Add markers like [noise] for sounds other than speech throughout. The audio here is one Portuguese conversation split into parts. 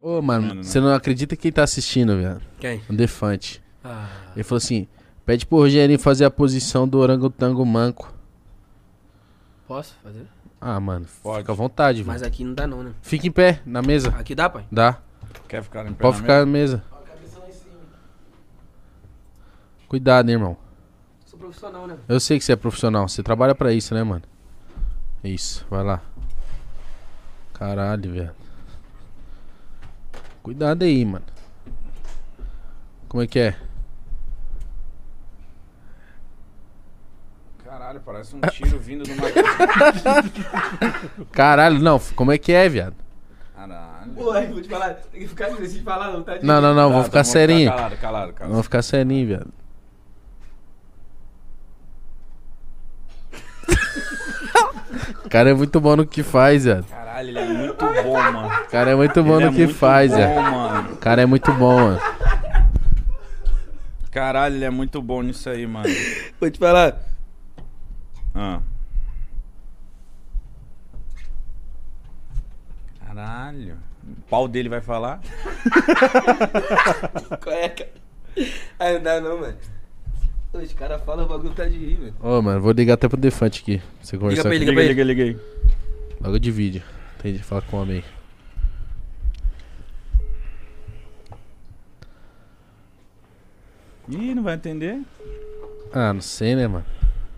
Ô, mano, Não, não, você não acredita quem tá assistindo, velho? Quem? O Defante. Ah, Ele falou assim: pede pro Rogerinho fazer a posição do orangotango manco. posso fazer? Ah, mano, Pode. fica à vontade, Mas velho. aqui não dá não, né? Fica em pé, na mesa. Aqui dá, pai? Dá. Quer ficar em pé Pode na ficar na mesa. Cuidado, hein, irmão. Sou profissional, né? Eu sei que você é profissional. Você trabalha pra isso, né, mano? Isso, vai lá. Caralho, velho. Cuidado aí, mano. Como é que é? mesa? Caralho, parece um tiro vindo de uma... Caralho, não, como é que é, viado? Caralho. Ué, é, vou te falar, tem que ficar sem falar não, tá? Não, não, não, vou Tá, ficar tá bom, tá serinho. Calado, calado, calado. Vou ficar serinho, viado. [laughs] O cara é muito bom no que faz, viado. Caralho, ele é muito bom, mano. O cara é muito bom Ele é no que muito faz, bom, viado. mano. O cara é muito bom, mano. Caralho, ele é muito bom nisso aí, mano. Vou te falar. Ah. Caralho. O pau dele vai falar? Qual é, cara? Aí não dá não, mano. Os caras falam o bagulho tá de rir, velho. Ô, mano, vou ligar até pro Defante aqui. pra Você conversar pra com ele. Liga, Liga liga, liga aí. Logo de vídeo. Tem de falar com o homem aí. Ih, não vai entender? Ah, não sei, né, mano?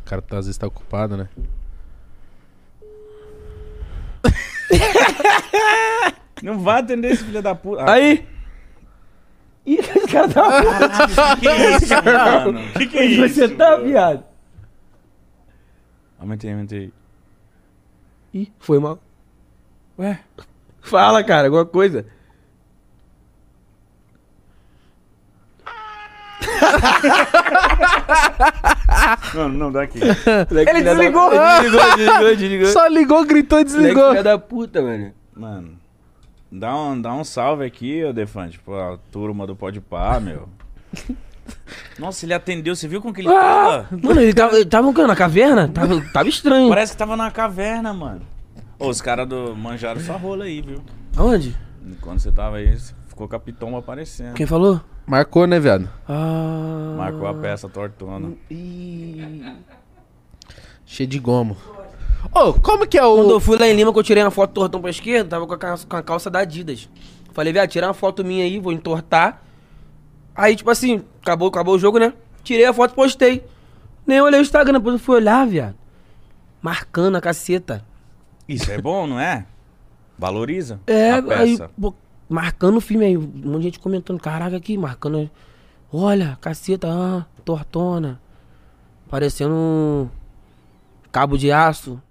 O cara tá, às vezes tá ocupado, né? Não vai atender esse filho da puta. Ah, Aí! Ih, os caras [laughs] tá... que isso, mano? [laughs] Que que é isso? Você tá, viado? Aumentei, aumentei. Ih, foi mal. Ué? Fala, cara, alguma coisa. Não, não dá aqui. [laughs] Ele desligou. Desligou, desligou, desligou. Só ligou, gritou e Moleque desligou. Filha da puta, mano. Mano, dá um, dá um salve aqui, ô Defante, pra turma do Pode Pá, [laughs] meu. Nossa, ele atendeu, você viu com Ah! que ele tava? Mano, ele tava, ele tava o quê? na caverna? Tava, tava estranho. Parece que tava na caverna, mano. Ô, os caras do manjaram sua rola aí, viu? Aonde? Quando você tava aí, você ficou com a pitomba aparecendo. Quem falou? Marcou, né, viado? Ah. Marcou a peça tortona. Ih. Cheio de gomo. Ô, como que é Quando o. eu fui lá em Lima, que eu tirei uma foto tortão pra esquerda, tava com a calça, com a calça da Adidas. Falei, viado, tirar uma foto minha aí, vou entortar. Aí, tipo assim, acabou, acabou o jogo, né? Tirei a foto e postei. Nem olhei o Instagram, depois eu fui olhar, viado. Marcando a caceta. Isso é bom, não é? Valoriza É, a aí, peça. bo- marcando o filme aí, um monte de gente comentando, caraca, aqui, marcando. Olha, caceta, ah, tortona. Parecendo um cabo de aço.